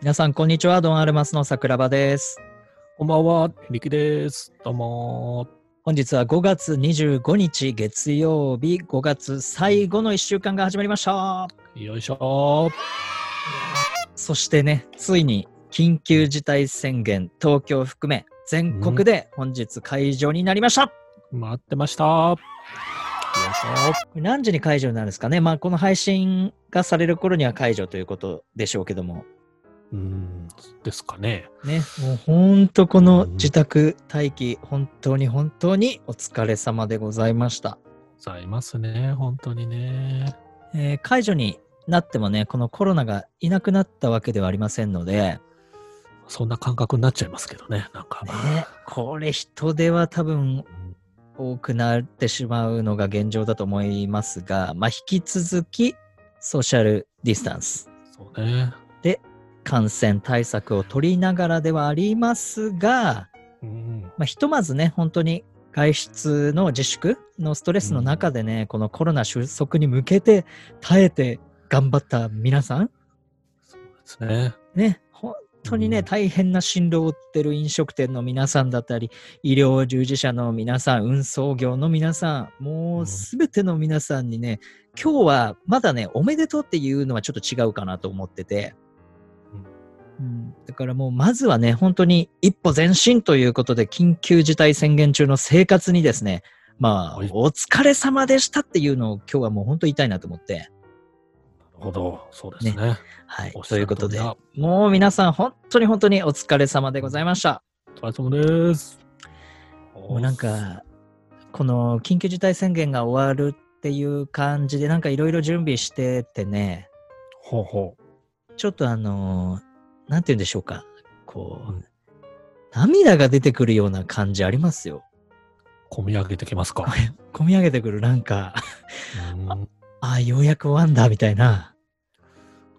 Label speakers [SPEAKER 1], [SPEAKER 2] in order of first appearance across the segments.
[SPEAKER 1] 皆さん、こんにちは。ドンアルマスの桜庭です。
[SPEAKER 2] こんばんは、りきです。どうも
[SPEAKER 1] 本日は5月25日月曜日、5月最後の1週間が始まりました。
[SPEAKER 2] ー。よいしょ
[SPEAKER 1] そしてね、ついに緊急事態宣言、東京含め、全国で本日解除になりました。
[SPEAKER 2] ー。待ってましたー。よいし
[SPEAKER 1] これ何時に解除になるんですかね。まあ、この配信がされる頃には解除ということでしょうけども。
[SPEAKER 2] ょうーん、ですかね。
[SPEAKER 1] ね、もうほんとこの自宅待機、本当に本当にお疲れ様でございました。
[SPEAKER 2] ございますね、本当にね。
[SPEAKER 1] えー解除になってもね、このコロナがいなくなったわけではありませんので、
[SPEAKER 2] そんな感覚になっちゃいますけどね、なんか。
[SPEAKER 1] ね、これ人手は多分多くなってしまうのが現状だと思いますが、まあ、引き続きソーシャルディスタンス、
[SPEAKER 2] そうね。
[SPEAKER 1] 感染対策を取りながらではありますが、
[SPEAKER 2] うん。
[SPEAKER 1] まあ、ひとまずね、本当に外出の自粛のストレスの中でね、このコロナ収束に向けて耐えて頑張った皆さん、
[SPEAKER 2] そうですね。
[SPEAKER 1] ね、本当に
[SPEAKER 2] う
[SPEAKER 1] ね、
[SPEAKER 2] ん
[SPEAKER 1] 大変な辛労を負ってる飲食店の皆さんだったり、医療従事者の皆さん、運送業の皆さん、も
[SPEAKER 2] う
[SPEAKER 1] うんすべての皆さんにね、今日はまだね、おめでとうっていうのはちょっと違うかなと思ってて、うん、だからもうまずはね、本当に一歩前進ということで、緊急事態宣言中の生活にですね、まあ
[SPEAKER 2] はい、
[SPEAKER 1] お疲れ様でしたっていうのを今日はもう本当言いたいなと思って、
[SPEAKER 2] なるほど、そうですね。
[SPEAKER 1] はい
[SPEAKER 2] おっ、しゃ
[SPEAKER 1] とい
[SPEAKER 2] る
[SPEAKER 1] うこと
[SPEAKER 2] 通
[SPEAKER 1] で
[SPEAKER 2] りだ、
[SPEAKER 1] もう皆さん本当に本当にお疲れ様でございました。
[SPEAKER 2] お疲れ様です。
[SPEAKER 1] もうなんか、この緊急事態宣言が終わるっていう感じで、なんかいろいろ準備しててね、
[SPEAKER 2] ほうほ
[SPEAKER 1] ちょっとあのーなんて言うんでしょうか、こう、
[SPEAKER 2] うん
[SPEAKER 1] 涙が出てくるような感じありますよ。
[SPEAKER 2] う。込み上げてきますか。
[SPEAKER 1] 込み上げてくる、なんか、
[SPEAKER 2] うん
[SPEAKER 1] ああ、ようやく終わんだ、みたいな。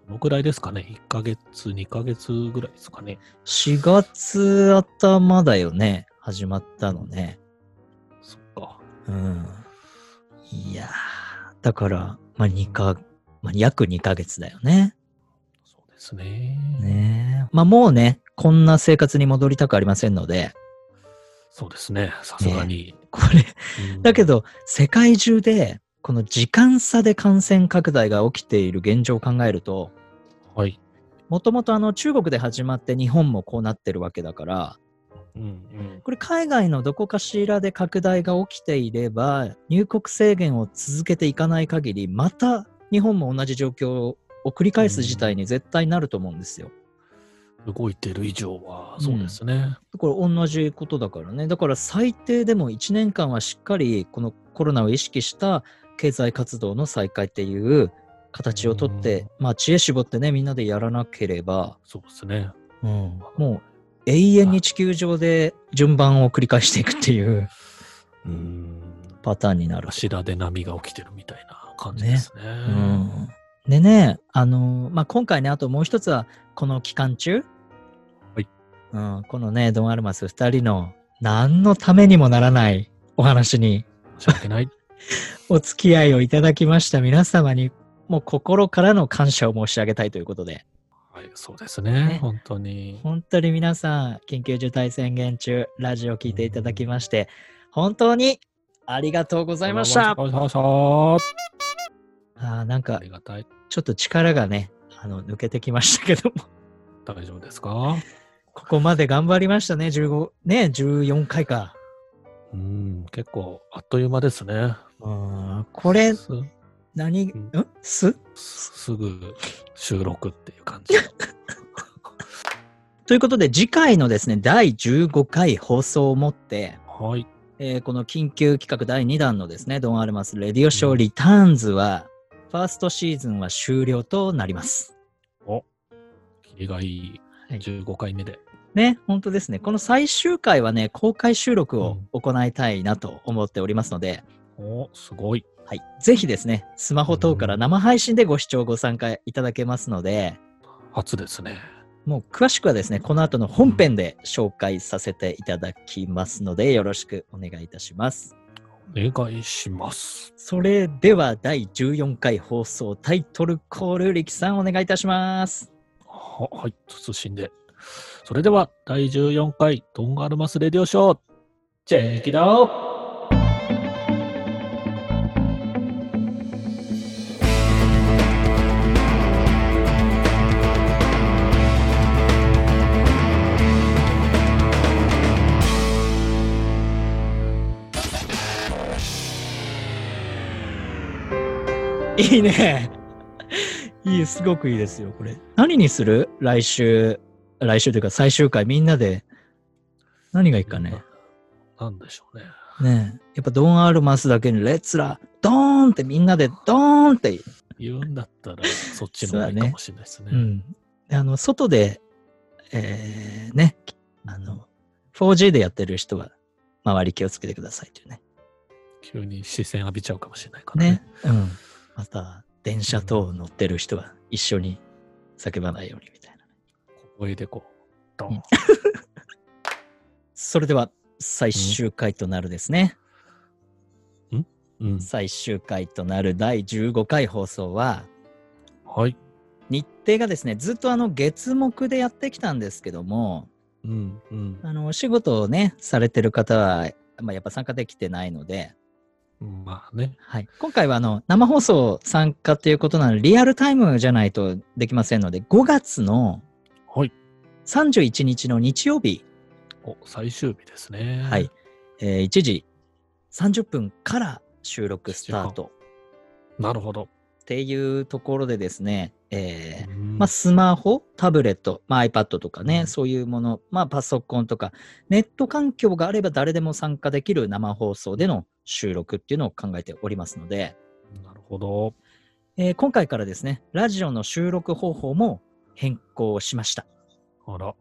[SPEAKER 2] どのくらいですかね ?1 ヶ月、2ヶ月ぐらいですかね。
[SPEAKER 1] 4月頭だよね、始まったのね。
[SPEAKER 2] そっか。
[SPEAKER 1] うん。いやー、だから、まあ、2か、まあ、約2ヶ月だよね。
[SPEAKER 2] そうですね。
[SPEAKER 1] ねえ。まあもうね、こんな生活に戻りたくありませんので、
[SPEAKER 2] そうですね、さすがに。
[SPEAKER 1] これ、
[SPEAKER 2] うん
[SPEAKER 1] だけ、ど、世界中で、この時間差で感染拡大が起きている現状を考えると、
[SPEAKER 2] はい。
[SPEAKER 1] もともとあの中国で始まって日本もこうなってるわけだから、
[SPEAKER 2] うんうん
[SPEAKER 1] これ海外のどこかしらで拡大が起きていれば、入国制限を続けていかない限り、また日本も同じ状況を繰り返す事態に絶対なると思うんですよ。
[SPEAKER 2] 動いてる以上は
[SPEAKER 1] う、ん
[SPEAKER 2] そうですね。
[SPEAKER 1] これ同じことだからね。だから最低でも1年間はしっかりこのコロナを意識した経済活動の再開っていう形をとって、まあ知恵絞ってね、みんなでやらなければ、
[SPEAKER 2] そうですね。
[SPEAKER 1] もう永遠に地球上で順番を繰り返していくっていう
[SPEAKER 2] うん。
[SPEAKER 1] パターンになるし。
[SPEAKER 2] 柱で波が起きてるみたいな感じですね。
[SPEAKER 1] うんでね、あのまあ、今回ね、あともう一つは、この期間中、
[SPEAKER 2] はい
[SPEAKER 1] うん、このね、ドン・アルマス2人の何のためにもならないお話に
[SPEAKER 2] 申し訳ない。
[SPEAKER 1] お付き合いをいただきました皆様に、もう心からの感謝を申し上げたいということで、
[SPEAKER 2] はい、そうですね。
[SPEAKER 1] ね
[SPEAKER 2] 本当に。
[SPEAKER 1] 本当に皆さん、緊急事態宣言中、ラジオを聞いていただきまして、本当にありがとうございました。
[SPEAKER 2] ございまし
[SPEAKER 1] あーなん
[SPEAKER 2] た。あ
[SPEAKER 1] か、
[SPEAKER 2] りがたい。
[SPEAKER 1] ちょっと力がね、あの抜けてきましたけども、
[SPEAKER 2] 大丈夫ですか
[SPEAKER 1] ここまで頑張りましたね、15、ね、14回か。
[SPEAKER 2] うん、結構あっという間ですね。
[SPEAKER 1] うんこれ、
[SPEAKER 2] す
[SPEAKER 1] 何、
[SPEAKER 2] うんん
[SPEAKER 1] す
[SPEAKER 2] すすぐ収録っていう感じ。
[SPEAKER 1] ということで、次回のですね、第15回放送をもって、
[SPEAKER 2] はい。
[SPEAKER 1] えーこの緊急企画第2弾のですね、ドン・アルマス・レディオショー・リターンズは、ファーストシーズンは終了となります。
[SPEAKER 2] 切りがいい
[SPEAKER 1] はい
[SPEAKER 2] 15回目で。
[SPEAKER 1] ね、本当ですね。この最終回はね、公開収録を行いたいなと思っておりますので、
[SPEAKER 2] おすごい。
[SPEAKER 1] はい、ぜひですね、スマホ等から生配信でご視聴、ご参加いただけますので、
[SPEAKER 2] 初ですね。
[SPEAKER 1] もう詳しくはですね、この後の本編で紹介させていただきますので、よろしくお願いいたします。
[SPEAKER 2] お願いします。
[SPEAKER 1] それでは第14回放送タイトルコール力さんお願いいたします。
[SPEAKER 2] は、はい、慎んで。それでは、第14回、ドンガルマスレディオショー、チェックだー
[SPEAKER 1] いいね。 いい、すごくいいですよ、これ。何にする来週、来週というか最終回みんなで。何がいいかね。
[SPEAKER 2] なんでしょうね。
[SPEAKER 1] ねえやっぱドン・アルマスだけにレッツラー、ドーンってみんなでドーンって。
[SPEAKER 2] 言うんだったら、そっちの方がいいかもしれないですね。
[SPEAKER 1] うん。であの、外で、えー、ね、あの、4G でやってる人は、周り気をつけてくださいというね。
[SPEAKER 2] 急に視線浴びちゃうかもしれないからね。
[SPEAKER 1] ね。うん。また、電車等乗ってる人は一緒に叫ばないようにみたいな。
[SPEAKER 2] 小声でこう、ド
[SPEAKER 1] うん
[SPEAKER 2] ン。
[SPEAKER 1] それでは、最終回となるですね。
[SPEAKER 2] うん。
[SPEAKER 1] 最終回となる第15回放送は、
[SPEAKER 2] はい。
[SPEAKER 1] 日程がですね、ずっとあの月目でやってきたんですけども、
[SPEAKER 2] うん。うん。
[SPEAKER 1] あの、お仕事をね、されてる方は、まあ、やっぱ参加できてないので、
[SPEAKER 2] まあね。
[SPEAKER 1] はい、今回はあの生放送参加ということなので、リアルタイムじゃないとできませんので、5月の
[SPEAKER 2] はい。
[SPEAKER 1] 31日の日曜日、
[SPEAKER 2] お、最終日ですね。
[SPEAKER 1] はい。えー1時30分から収録スタート
[SPEAKER 2] なるほど。
[SPEAKER 1] っていうところでですね、えー
[SPEAKER 2] うん
[SPEAKER 1] まあ、スマホ、タブレット、まあ、iPad とかね、
[SPEAKER 2] うん
[SPEAKER 1] そういうもの、まあ、パソコンとか、ネット環境があれば誰でも参加できる生放送での収録っていうのを考えておりますので、
[SPEAKER 2] なるほど。
[SPEAKER 1] えー今回からですね、ラジオの収録方法も変更しました。
[SPEAKER 2] あら、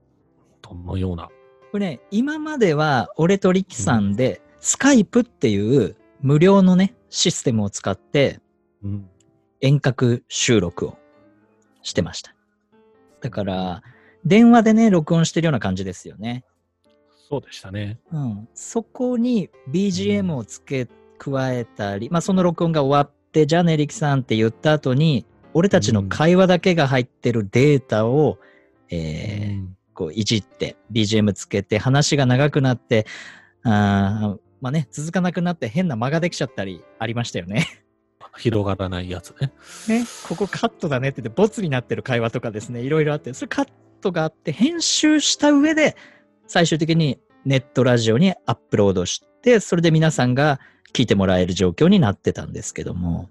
[SPEAKER 2] どのような。
[SPEAKER 1] これね、今までは俺とリキさんで、スカイプっていう無料のね、システムを使って
[SPEAKER 2] うん。
[SPEAKER 1] 遠隔収録をしてました。だから、電話でね、録音してるような感じですよね。
[SPEAKER 2] そうでしたね。
[SPEAKER 1] うん、そこに BGM を付け加えたり、まあ、その録音が終わって、じゃあね、リキさんって言った後に、俺たちの会話だけが入ってるデータを、えー
[SPEAKER 2] うん
[SPEAKER 1] こういじって、BGM つけて、話が長くなって、あーまあね、続かなくなって変な間ができちゃったりありましたよね。
[SPEAKER 2] 広がらないやつね。
[SPEAKER 1] ね、ここカットだねって言って、ボツになってる会話とかですね、いろいろあって、それカットがあって、編集した上で、最終的にネットラジオにアップロードして、それで皆さんが聞いてもらえる状況になってたんですけども、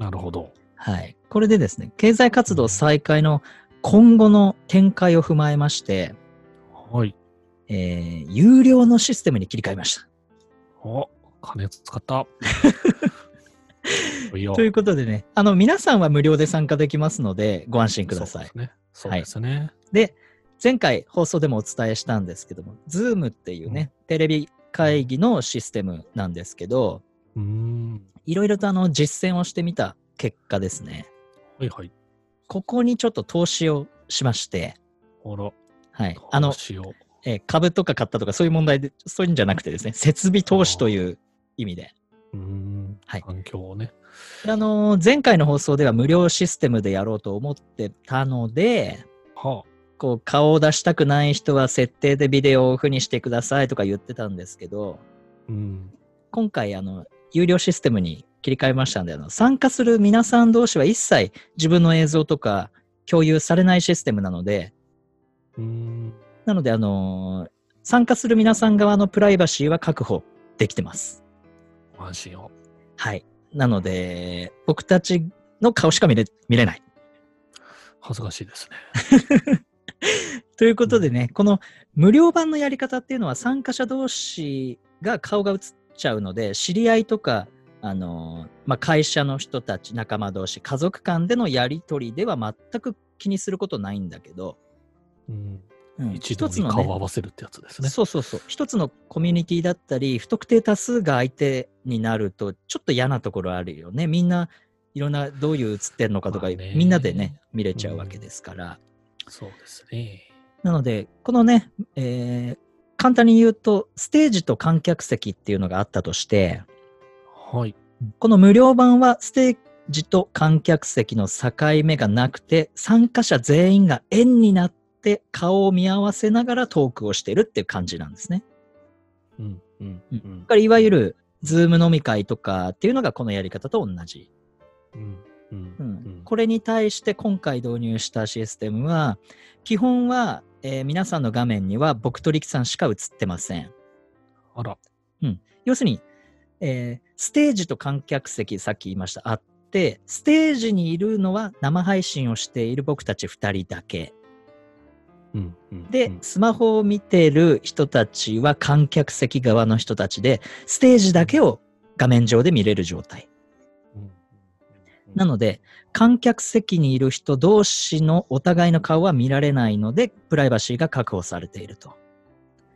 [SPEAKER 2] なるほど。
[SPEAKER 1] はい。これでですね、経済活動再開の今後の展開を踏まえまして、
[SPEAKER 2] はい。
[SPEAKER 1] えー、有料のシステムに切り替えました。
[SPEAKER 2] お、金 使った。いいよ
[SPEAKER 1] ということでね、あの、皆さんは無料で参加できますので、ご安心ください。
[SPEAKER 2] そうですね。そうですね。
[SPEAKER 1] で、前回放送でもお伝えしたんですけども、Zoom っていうね、テレビ会議のシステムなんですけど、
[SPEAKER 2] うーん。
[SPEAKER 1] いろいろとあの実践をしてみた結果ですね、
[SPEAKER 2] はいはい。
[SPEAKER 1] ここにちょっと投資をしまして、
[SPEAKER 2] ほら、
[SPEAKER 1] はい、
[SPEAKER 2] あ
[SPEAKER 1] あ
[SPEAKER 2] の
[SPEAKER 1] の、、
[SPEAKER 2] よ
[SPEAKER 1] えー株とか買ったとかそういう問題で、そういうんじゃなくてですね、設備投資という意味で。
[SPEAKER 2] う。うーん。
[SPEAKER 1] はい
[SPEAKER 2] 環境をね。
[SPEAKER 1] であのー前回の放送では無料システムでやろうと思ってたので、
[SPEAKER 2] は
[SPEAKER 1] こう顔を出したくない人は設定でビデオをオフにしてくださいとか言ってたんですけど、
[SPEAKER 2] あ。うん。
[SPEAKER 1] 今回あの有料システムに切り替えましたんであの参加する皆さん同士は一切自分の映像とか共有されないシステムなので
[SPEAKER 2] うーん。
[SPEAKER 1] なのであのー参加する皆さん側のプライバシーは確保できてます
[SPEAKER 2] ご安心を。
[SPEAKER 1] はいなので僕たちの顔しか見れ見れない
[SPEAKER 2] 恥ずかしいですね。
[SPEAKER 1] ということでね、この無料版のやり方っていうのは参加者同士が顔が映っちゃうので、知り合いとか、あのーまあ、会社の人たち、仲間同士、家族間でのやりとりでは全く気にすることないんだけど、
[SPEAKER 2] うん。
[SPEAKER 1] うん
[SPEAKER 2] 一度
[SPEAKER 1] 一つ
[SPEAKER 2] に
[SPEAKER 1] の
[SPEAKER 2] 顔を
[SPEAKER 1] ね、
[SPEAKER 2] 合わせるってやつですね。
[SPEAKER 1] そうそうそう、一つのコミュニティだったり、不特定多数が相手になると、ちょっと嫌なところあるよね。みんないろんなどういう映ってるのかとか、
[SPEAKER 2] まあね
[SPEAKER 1] みんなでね、見れちゃうわけですから。
[SPEAKER 2] そうですね。
[SPEAKER 1] なので、このね、えー簡単に言うと、ステージと観客席っていうのがあったとして、
[SPEAKER 2] はい。
[SPEAKER 1] この無料版はステー時と観客席の境目がなくて、参加者全員が円になって顔を見合わせながらトークをしてるっていう感じなんですね。
[SPEAKER 2] うん。うん。
[SPEAKER 1] う
[SPEAKER 2] うんん
[SPEAKER 1] だ。からいわゆる、ズーム飲み会とかっていうのがこのやり方と同じ。
[SPEAKER 2] うん。うん
[SPEAKER 1] う
[SPEAKER 2] うんん。
[SPEAKER 1] これに対して今回導入したシステムは、基本は、えー皆さんの画面には僕と力さんしか映ってません。
[SPEAKER 2] あら。
[SPEAKER 1] 要するに、えーステージと観客席、さっき言いました、あって、ステージにいるのは生配信をしている僕たち2人だけ。
[SPEAKER 2] うん。うん
[SPEAKER 1] で、
[SPEAKER 2] うん
[SPEAKER 1] スマホを見てる人たちは観客席側の人たちで、ステージだけを画面上で見れる状態。
[SPEAKER 2] うん
[SPEAKER 1] なので、観客席にいる人同士のお互いの顔は見られないので、プライバシーが確保されていると。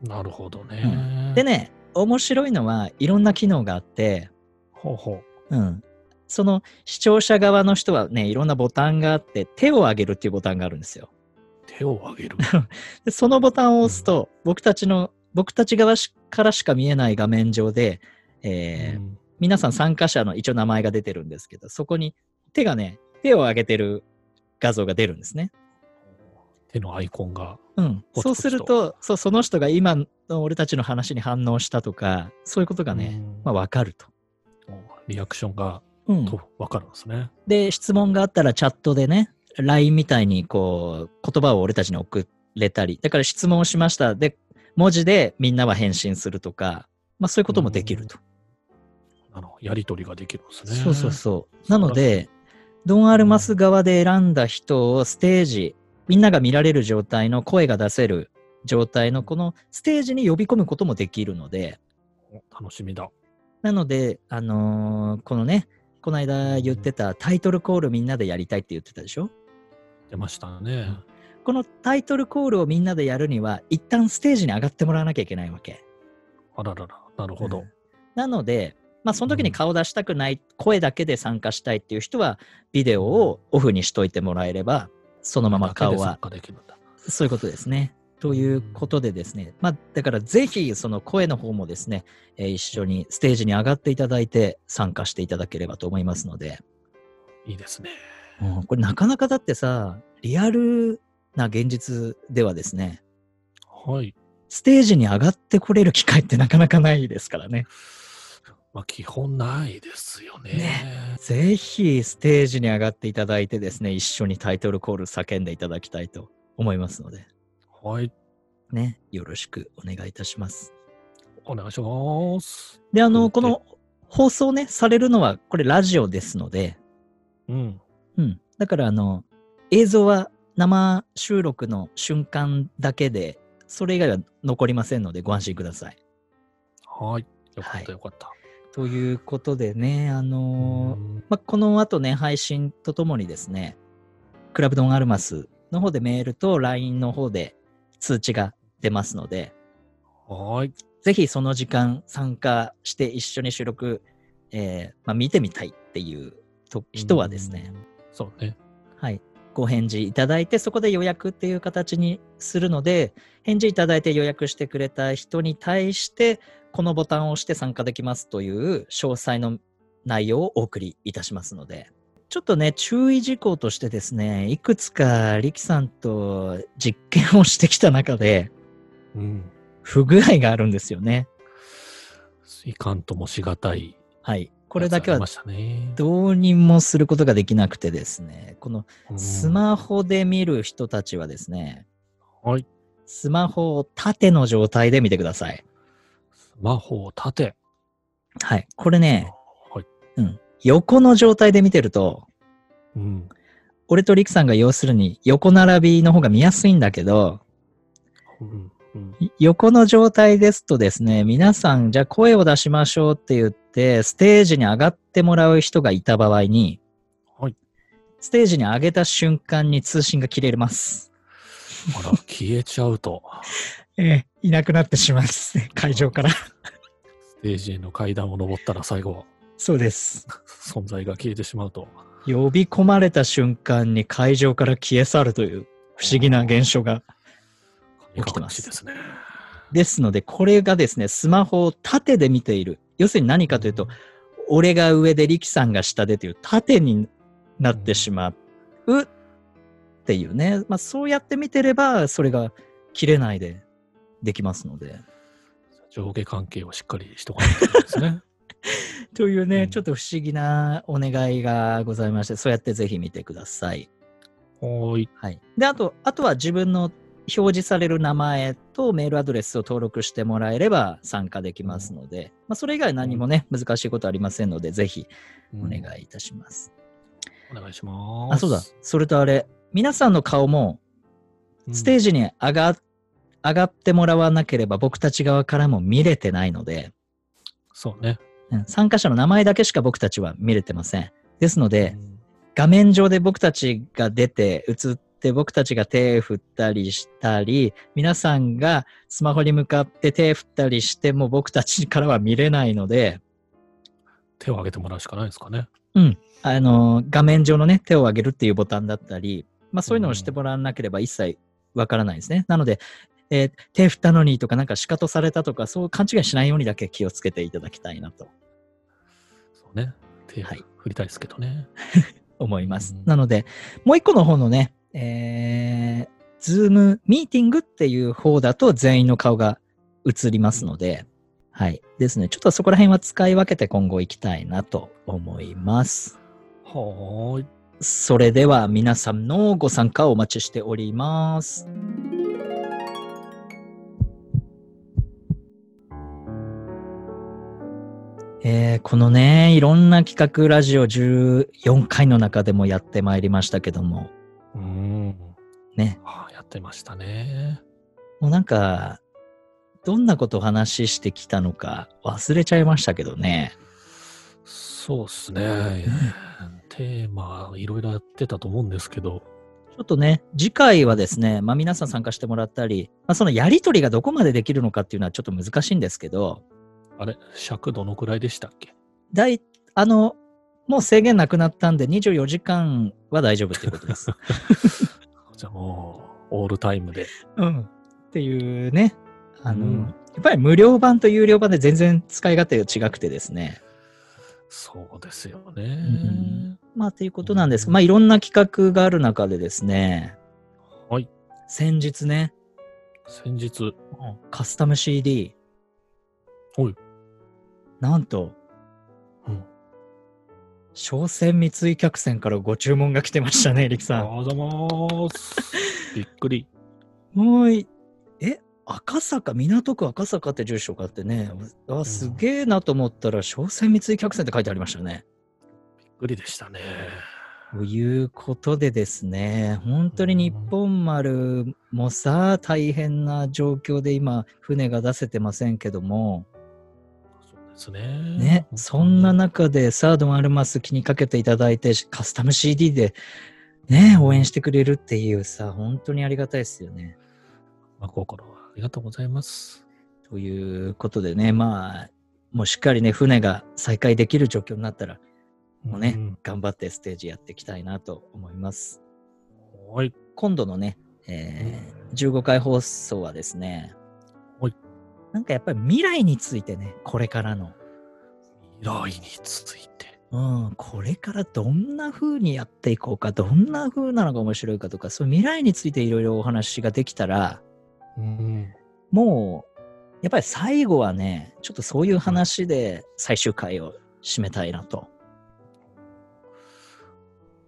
[SPEAKER 2] なるほど
[SPEAKER 1] う
[SPEAKER 2] ね。
[SPEAKER 1] でね、面白いのはいろんな機能があって、
[SPEAKER 2] ほうほう。
[SPEAKER 1] うん。その視聴者側の人はね、いろんなボタンがあって、手を上げるっていうボタンがあるんですよ。
[SPEAKER 2] 手を上げる。
[SPEAKER 1] でそのボタンを押すと、僕たちの、僕たち側しからしか見えない画面上で、えー
[SPEAKER 2] うん
[SPEAKER 1] 皆さん参加者の一応名前が出てるんですけど、そこに手がね、手を上げてる画像が出るんですね。
[SPEAKER 2] 手のアイコンが。
[SPEAKER 1] うん、そ
[SPEAKER 2] ポツポ
[SPEAKER 1] う
[SPEAKER 2] ツと
[SPEAKER 1] するとそう、その人が今の俺たちの話に反応したとか、そういうことがね、
[SPEAKER 2] うん
[SPEAKER 1] まあ、分かると。
[SPEAKER 2] リアクションが
[SPEAKER 1] うん
[SPEAKER 2] とわかるんですね。
[SPEAKER 1] で、質問があったらチャットでね、LINE みたいにこう言葉を俺たちに送れたり、だから質問をしました。で、文字でみんなは返信するとか、まあ、そういうこともできると。
[SPEAKER 2] あのやりとりができるんですね。
[SPEAKER 1] そうそうそう。
[SPEAKER 2] 素晴らしい
[SPEAKER 1] なので、ドン・アルマス側で選んだ人をステージ、みんなが見られる状態の声が出せる状態のこのステージに呼び込むこともできるので、
[SPEAKER 2] 楽しみだ。
[SPEAKER 1] なので、あのーこのね、この間言ってたタイトルコールみんなでやりたいって言ってたでしょ
[SPEAKER 2] 出ましたね。
[SPEAKER 1] このタイトルコールをみんなでやるには、一旦ステージに上がってもらわなきゃいけないわけ。
[SPEAKER 2] あららら、なるほ
[SPEAKER 1] う
[SPEAKER 2] ど
[SPEAKER 1] ん。なので、まあ、その時に顔出したくない、声だけで参加したいっていう人は、ビデオをオフにしといてもらえれば、そのまま顔は、
[SPEAKER 2] だけで参加できるんだ。
[SPEAKER 1] そういうことですね。ということでですね、まあ、だからぜひ、その声の方もですね、えー一緒にステージに上がっていただいて、参加していただければと思いますので、
[SPEAKER 2] いいですね。
[SPEAKER 1] うんこれ、なかなかだってさ、リアルな現実ではですね、
[SPEAKER 2] はい。
[SPEAKER 1] ステージに上がってこれる機会ってなかなかないですからね。
[SPEAKER 2] まあ、基本ないですよね。
[SPEAKER 1] ぜひステージに上がっていただいてですね、一緒にタイトルコール叫んでいただきたいと思いますので、
[SPEAKER 2] はい。
[SPEAKER 1] ね、よろしくお願いいたします。
[SPEAKER 2] お願いします。
[SPEAKER 1] で、あ
[SPEAKER 2] う
[SPEAKER 1] の、
[SPEAKER 2] ん
[SPEAKER 1] この放送ね、されるのは、これラジオですので、
[SPEAKER 2] うん。
[SPEAKER 1] うん。だから、あの、映像は生収録の瞬間だけで、それ以外は残りませんので、ご安心ください。
[SPEAKER 2] はい。よか
[SPEAKER 1] は
[SPEAKER 2] っ
[SPEAKER 1] い
[SPEAKER 2] た、よかった。
[SPEAKER 1] ということでね、あのー
[SPEAKER 2] うん
[SPEAKER 1] まあ、この後ね、配信とともにですね、クラブドンアルマスの方でメールと LINE の方で通知が出ますので、
[SPEAKER 2] はい。
[SPEAKER 1] ぜひその時間参加して一緒に収録、えーまあ、見てみたいっていうと人はですね、
[SPEAKER 2] うん。そうね。
[SPEAKER 1] はい、ご返事いただいて、そこで予約っていう形にするので、返事いただいて予約してくれた人に対して、このボタンを押して参加できますという詳細の内容をお送りいたしますので、ちょっとね、注意事項としてですね、いくつかリキさんと実験をしてきた中で、
[SPEAKER 2] うん。
[SPEAKER 1] 不具合があるんですよね。
[SPEAKER 2] いかんともしがたい。
[SPEAKER 1] はい。これだけ
[SPEAKER 2] あり
[SPEAKER 1] は
[SPEAKER 2] ましたね。
[SPEAKER 1] どうにもすることができなくてですね、この
[SPEAKER 2] うん
[SPEAKER 1] スマホで見る人たちはですね、
[SPEAKER 2] はい。
[SPEAKER 1] スマホを縦の状態で見てください。
[SPEAKER 2] スマホを立て。
[SPEAKER 1] はい。これね、
[SPEAKER 2] はい。
[SPEAKER 1] 横の状態で見てると、
[SPEAKER 2] うん。
[SPEAKER 1] 俺とリクさんが要するに横並びの方が見やすいんだけど、
[SPEAKER 2] うん。うん。
[SPEAKER 1] い横の状態ですとですね、皆さん、じゃあ声を出しましょうって言って、ステージに上がってもらう人がいた場合に、
[SPEAKER 2] はい
[SPEAKER 1] ステージに上げた瞬間に通信が切れます。
[SPEAKER 2] あら、 消えちゃうと。
[SPEAKER 1] ええ、いなくなってしまうんですね、会場から。
[SPEAKER 2] ステージへの階段を登ったら最後、
[SPEAKER 1] そうです。
[SPEAKER 2] 存在が消えてしまうと。
[SPEAKER 1] 呼び込まれた瞬間に会場から消え去るという不思議な現象が。起きてます
[SPEAKER 2] 神隠しですね。
[SPEAKER 1] ですので、これがですね、スマホを縦で見ている。要するに何かというと、俺が上で力さんが下でという縦になってしまうっていうね、まあ、そうやって見てればそれが切れないでできますので。
[SPEAKER 2] 上下関係をしっかりしとかないといけないで すね。
[SPEAKER 1] というね、
[SPEAKER 2] うん
[SPEAKER 1] ちょっと不思議なお願いがございましてそうやってぜひ見てください。
[SPEAKER 2] はーい。
[SPEAKER 1] はい、であとあとは自分の表示される名前とメールアドレスを登録してもらえれば参加できますので、まあ、それ以外何もね、難しいことありませんのでぜひお願いいたします。
[SPEAKER 2] お願いします。
[SPEAKER 1] あ、そうだ。それとあれ、皆さんの顔も
[SPEAKER 2] うん。
[SPEAKER 1] ステージに上が,、上がってもらわなければ僕たち側からも見れてないので、
[SPEAKER 2] そうね。
[SPEAKER 1] うん参加者の名前だけしか僕たちは見れてません。ですので
[SPEAKER 2] う、ん
[SPEAKER 1] 画面上で僕たちが出て映って僕たちが手振ったりしたり皆さんがスマホに向かって手振ったりしても僕たちからは見れないので、
[SPEAKER 2] 手を挙げてもらうしかないですかね。
[SPEAKER 1] あの画面上のね手を上げるっていうボタンだったり、まあ、そういうのをしてもらわなければ一切わからないですね。なので、えー手振ったのにとかなんか仕方されたとかそう勘違いしないようにだけ気をつけていただきたいなと
[SPEAKER 2] そうね。手を
[SPEAKER 1] はい
[SPEAKER 2] 振りたいですけどね。
[SPEAKER 1] 思います。
[SPEAKER 2] うん
[SPEAKER 1] なのでもう一個の方のね、えー、ズームミーティングっていう方だと全員の顔が映りますので、はい。ですね。ちょっとそこら辺は使い分けて今後行きたいなと思います。
[SPEAKER 2] はーい。
[SPEAKER 1] それでは皆さんのご参加をお待ちしております。えーこのね、いろんな企画ラジオ14回の中でもやってまいりましたけども、
[SPEAKER 2] うん。
[SPEAKER 1] ね、
[SPEAKER 2] はあ、やってましたね。
[SPEAKER 1] もうなんか、どんなことを話してきたのか忘れちゃいましたけどね。
[SPEAKER 2] そうっすね。テーマ、いろいろやってたと思うんですけど。
[SPEAKER 1] ちょっとね、次回はですね、まあ皆さん参加してもらったり、まあそのやりとりがどこまでできるのかっていうのはちょっと難しいんですけど、
[SPEAKER 2] あれ尺どのくらいでしたっけ
[SPEAKER 1] 大あの、もう制限なくなったんで、24時間は大丈夫っていうこと です。
[SPEAKER 2] じゃあもう、オールタイムで。
[SPEAKER 1] うん。っていうね、あの、
[SPEAKER 2] うん
[SPEAKER 1] やっぱり無料版と有料版で全然使い勝手が違くてですね。
[SPEAKER 2] そうですよね。
[SPEAKER 1] んまあ、ということなんです
[SPEAKER 2] うん
[SPEAKER 1] まあ、いろんな企画がある中でですね、
[SPEAKER 2] はい。
[SPEAKER 1] 先日ね、
[SPEAKER 2] 先日、
[SPEAKER 1] カスタム CD、
[SPEAKER 2] はい。
[SPEAKER 1] なんと、
[SPEAKER 2] うん
[SPEAKER 1] 商船三井客船からご注文が来てましたね、リキ
[SPEAKER 2] お
[SPEAKER 1] さん。
[SPEAKER 2] はようございます。びっくり。
[SPEAKER 1] もうい、え、赤坂、港区赤坂って住所があってね、あすげえなと思ったら、商船三井客船って書いてありましたね。
[SPEAKER 2] びっくりでしたね。
[SPEAKER 1] ということでですね、本当に日本丸もさ、大変な状況で今、船が出せてませんけども、
[SPEAKER 2] そうですね。
[SPEAKER 1] ね、そんな
[SPEAKER 2] な。
[SPEAKER 1] 中でサードマルマス気にかけていただいて、カスタム CD で、ね、応援してくれるっていうさ、本当にありがたいですよね。
[SPEAKER 2] まあ、心はありがとうございます。
[SPEAKER 1] ということでね、まあ、もうしっかりね、船が再開できる状況になったら、もうね
[SPEAKER 2] ん
[SPEAKER 1] 頑張ってステージやっていきたいなと思います。
[SPEAKER 2] はい。
[SPEAKER 1] 今度のね、えー15回放送はですね、
[SPEAKER 2] はい
[SPEAKER 1] なんかやっぱり未来についてね、これからの、
[SPEAKER 2] 未来について。
[SPEAKER 1] うん、これからどんな風にやっていこうか、どんな風なのが面白いかとか、そういう未来についていろいろお話ができたら、
[SPEAKER 2] うん。
[SPEAKER 1] もう、やっぱり最後はね、ちょっとそういう話で最終回を締めたいなと。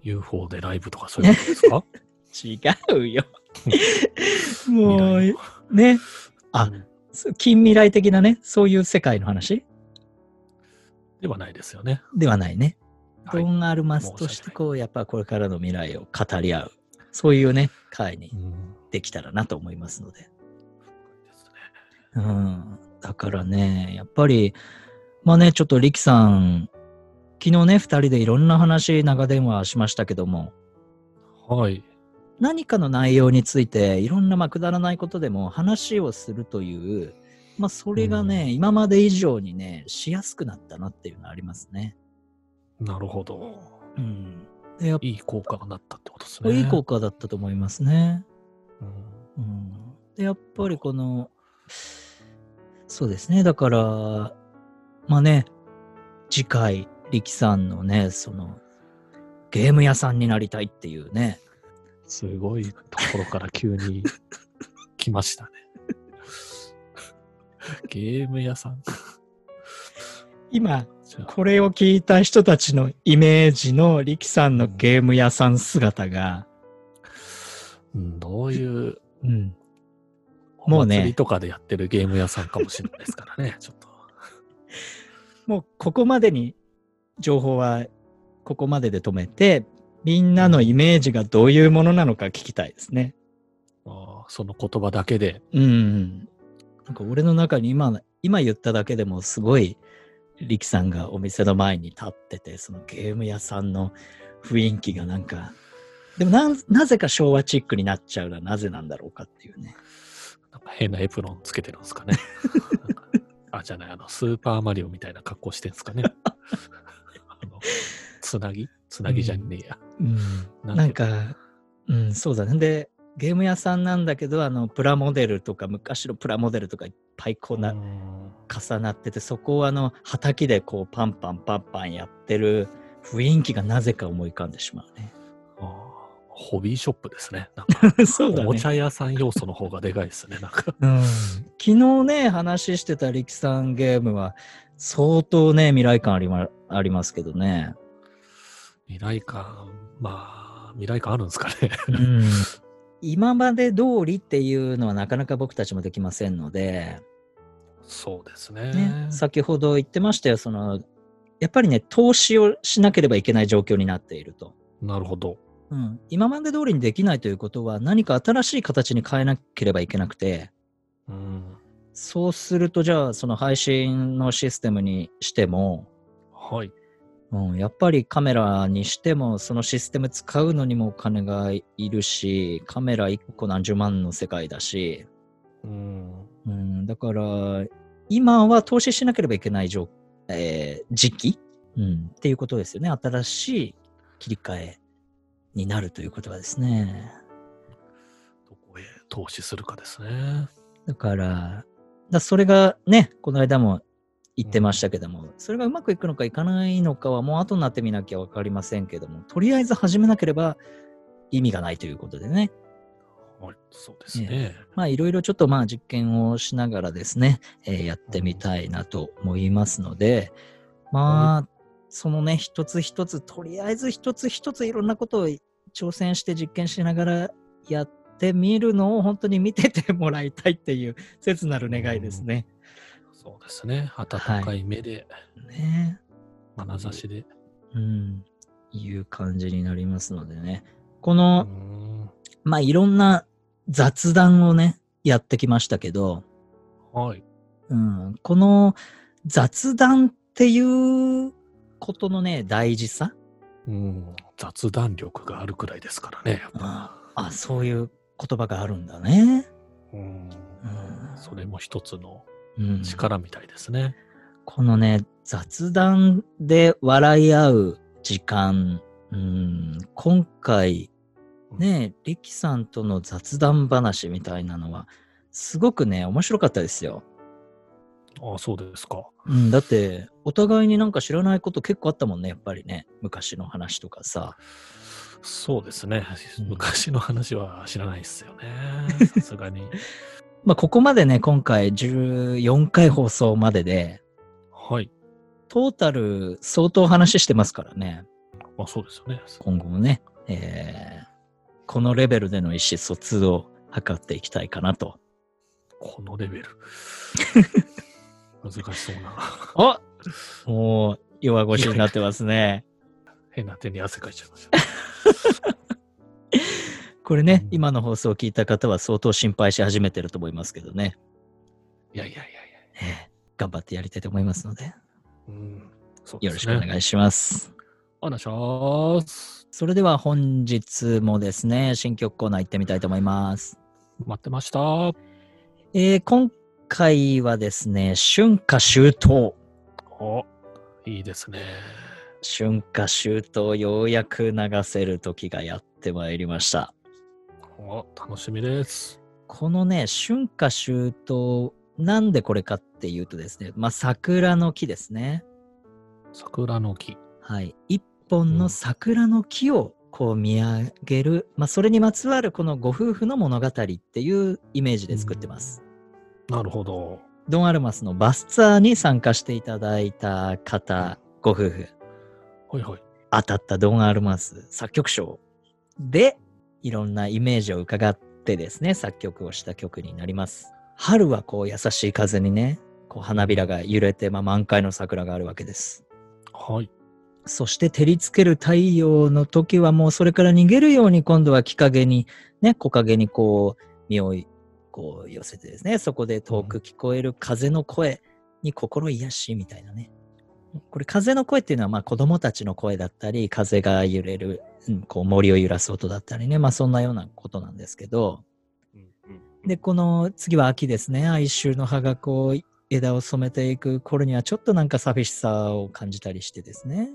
[SPEAKER 2] UFO でライブとかそういうことですか
[SPEAKER 1] 違うよ。 もう、ね、あ
[SPEAKER 2] うん
[SPEAKER 1] そう近未来的なね、そういう世界の話
[SPEAKER 2] ではないですよね。
[SPEAKER 1] ではないね。
[SPEAKER 2] は
[SPEAKER 1] ド
[SPEAKER 2] い。
[SPEAKER 1] ン・アルマスとして、こう、やっぱこれからの未来を語り合う、そういうね、会に
[SPEAKER 2] うん
[SPEAKER 1] できたらなと思いますので。
[SPEAKER 2] ですね
[SPEAKER 1] うん。だからね、やっぱり、まあね、ちょっとリキさん、昨日ね、二人でいろんな話、長電話しましたけども、
[SPEAKER 2] はい。
[SPEAKER 1] 何かの内容についていろんなまあくだらないことでも話をするという、まあ、それがね、
[SPEAKER 2] う
[SPEAKER 1] 今まで以上にねしやすくなったなっていうのはありますね。
[SPEAKER 2] なるほど。
[SPEAKER 1] うん、でやっぱ
[SPEAKER 2] いい効果がなったってことですね。
[SPEAKER 1] いい効果だったと思いますね。
[SPEAKER 2] うん
[SPEAKER 1] うん、でやっぱりこのそうですねだからまあね次回、力さんのね、その、ゲーム屋さんになりたいっていうね。
[SPEAKER 2] すごいところから急に来ましたね。 ゲーム屋さんか。
[SPEAKER 1] 今、
[SPEAKER 2] じゃあ、
[SPEAKER 1] これを聞いた人たちのイメージの力さんのゲーム屋さん姿が、
[SPEAKER 2] うんどういう、
[SPEAKER 1] うん、も
[SPEAKER 2] も
[SPEAKER 1] う
[SPEAKER 2] う
[SPEAKER 1] ね
[SPEAKER 2] ね。祭りとかでやってるゲーム屋さんかもしれないですからね、ちょっと。
[SPEAKER 1] もうここまでに情報はここまでで止めて、みんなのイメージがどういうものなのか聞きたいですね。
[SPEAKER 2] あーその言葉だけで。
[SPEAKER 1] うん。なんか俺の中に今、今言っただけでもすごい、力さんがお店の前に立ってて、そのゲーム屋さんの雰囲気がなんか、でもなんなぜか昭和チックになっちゃうのはなぜなんだろうかっていうね。
[SPEAKER 2] なんか変なエプロンつけてるんです かね。なんかあ、じゃない、あの、スーパーマリオみたいな格好してんですかね。あのつなぎつなぎじゃねえや。
[SPEAKER 1] うん、な
[SPEAKER 2] なんんていう
[SPEAKER 1] か、うん、そうだね。で、ゲーム屋さんなんだけど、あの、プラモデルとか、昔のプラモデルとかいっぱいこうな、
[SPEAKER 2] うん
[SPEAKER 1] 重なってて、そこをあの、はたきでこう、パンパンパンパンやってる雰囲気がなぜか思い浮かんでしまうね。
[SPEAKER 2] あーホビーショップですね。なんか、
[SPEAKER 1] そうだ
[SPEAKER 2] おも
[SPEAKER 1] ね
[SPEAKER 2] ち。ゃ屋さん要素の方がでかいですね。なんか、
[SPEAKER 1] うん、昨日ね、話してた力さんゲームは、相当ね、未来感あり,、ま、ありますけどね。
[SPEAKER 2] 未来感、まあ、未来感あるんですかね。
[SPEAKER 1] うん、今まで通りっていうのはなかなか僕たちもできませんので、
[SPEAKER 2] そうですね。
[SPEAKER 1] ね、先ほど言ってましたよ、その、やっぱりね、投資をしなければいけない状況になっていると。
[SPEAKER 2] なるほど。
[SPEAKER 1] うん、今まで通りにできないということは、何か新しい形に変えなければいけなくて、
[SPEAKER 2] うん。
[SPEAKER 1] そうすると、じゃあ、その配信のシステムにしても、
[SPEAKER 2] はい。
[SPEAKER 1] うん、やっぱりカメラにしても、そのシステム使うのにもお金がいるし、カメラ1個何十万の世界だし、
[SPEAKER 2] うん。
[SPEAKER 1] うん、だから、今は投資しなければいけない状、えー時期、うん、っていうことですよね。新しい切り替えになるということはですね。
[SPEAKER 2] どこへ投資するかですね。
[SPEAKER 1] だから、だそれがね、この間も言ってましたけども、それがうまくいくのかいかないのかはもう後になってみなきゃわかりませんけども、とりあえず始めなければ意味がないということでね。
[SPEAKER 2] はい、そうです
[SPEAKER 1] え
[SPEAKER 2] ね。
[SPEAKER 1] まあいろいろちょっとまあ実験をしながらですね、えーやってみたいなと思いますので、まあ、そのね、一つ一つ、とりあえず一つ一ついろんなことを挑戦して実験しながらやってみるのを本当に見ててもらいたいっていう切なる願いですね。
[SPEAKER 2] そうですね。温かい目で、
[SPEAKER 1] ね
[SPEAKER 2] 眼差しで。
[SPEAKER 1] うん。いう感じになりますのでね。こ
[SPEAKER 2] う
[SPEAKER 1] の、
[SPEAKER 2] ん。
[SPEAKER 1] まあいろんな雑談をね、やってきましたけど、
[SPEAKER 2] はい。
[SPEAKER 1] うん、この雑談っていうことのね、大事さ。
[SPEAKER 2] うん。雑談力があるくらいですからね。やっぱ
[SPEAKER 1] あ、そういう言葉があるんだね。
[SPEAKER 2] うん。
[SPEAKER 1] うん
[SPEAKER 2] それも一つの
[SPEAKER 1] うん、
[SPEAKER 2] 力みたいですね。
[SPEAKER 1] このね、雑談で笑い合う時間。うん、今回、ね、リキさんとの雑談話みたいなのは、すごくね、面白かったですよ。
[SPEAKER 2] ああ、そうですか。
[SPEAKER 1] うん、だって、お互いになんか知らないこと結構あったもんね、やっぱりね。昔の話とかさ。
[SPEAKER 2] そうですね
[SPEAKER 1] うん。
[SPEAKER 2] 昔の話は知らないですよ ね。さすがに。
[SPEAKER 1] まあ、ここまでね、今回14回放送までで、
[SPEAKER 2] はい。
[SPEAKER 1] トータル相当話してますからね、
[SPEAKER 2] まあそうですよね。
[SPEAKER 1] 今後もね、えーこのレベルでの意思疎通を図っていきたいかなと。
[SPEAKER 2] このレベル。難しそうな。
[SPEAKER 1] あもう、弱腰になってますね。
[SPEAKER 2] 変な手に汗かいちゃいました。
[SPEAKER 1] これね、
[SPEAKER 2] うん
[SPEAKER 1] 今の放送を聞いた方は相当心配し始めてると思いますけどね、
[SPEAKER 2] いやいやいやいや。
[SPEAKER 1] えー頑張ってやりたいと思いますので、
[SPEAKER 2] うん。そう
[SPEAKER 1] よ
[SPEAKER 2] で
[SPEAKER 1] ろし
[SPEAKER 2] す
[SPEAKER 1] く
[SPEAKER 2] ね。
[SPEAKER 1] お願いします。
[SPEAKER 2] お願いします。
[SPEAKER 1] それでは本日もですね、新曲コーナー行ってみたいと思います。
[SPEAKER 2] 待ってました。お
[SPEAKER 1] えー今回はですね、春夏秋冬。
[SPEAKER 2] いいですね。
[SPEAKER 1] 春夏秋冬、ようやく流せる時がやってまいりました。
[SPEAKER 2] お楽しみです。
[SPEAKER 1] このね、春夏秋冬、なんでこれかっていうとですね、まあ、桜の木ですね。
[SPEAKER 2] 桜の木。
[SPEAKER 1] はい、一本の桜の木をこう見上げる、まあ、それにまつわるこのご夫婦の物語っていうイメージで作ってます。
[SPEAKER 2] なるほど。
[SPEAKER 1] ドン・アルマスのバスツアーに参加していただいた方、ご夫婦、
[SPEAKER 2] はいはい。
[SPEAKER 1] 当たったドン・アルマス作曲賞で、いろんなイメージを伺ってですね、作曲をした曲になります。春はこう優しい風にね、こう花びらが揺れて、まあ、満開の桜があるわけです。
[SPEAKER 2] はい。
[SPEAKER 1] そして照りつける太陽の時はもうそれから逃げるように今度は木陰にね、木陰にこう身をこう寄せてですね、そこで遠く聞こえる風の声に心癒しみたいなね。これ風の声っていうのはまあ子供たちの声だったり、風が揺れる、うんこう森を揺らす音だったりね、まあそんなようなことなんですけど、で、この次は秋ですね。哀愁の葉がこう枝を染めていく頃にはちょっとなんか寂しさを感じたりしてですね。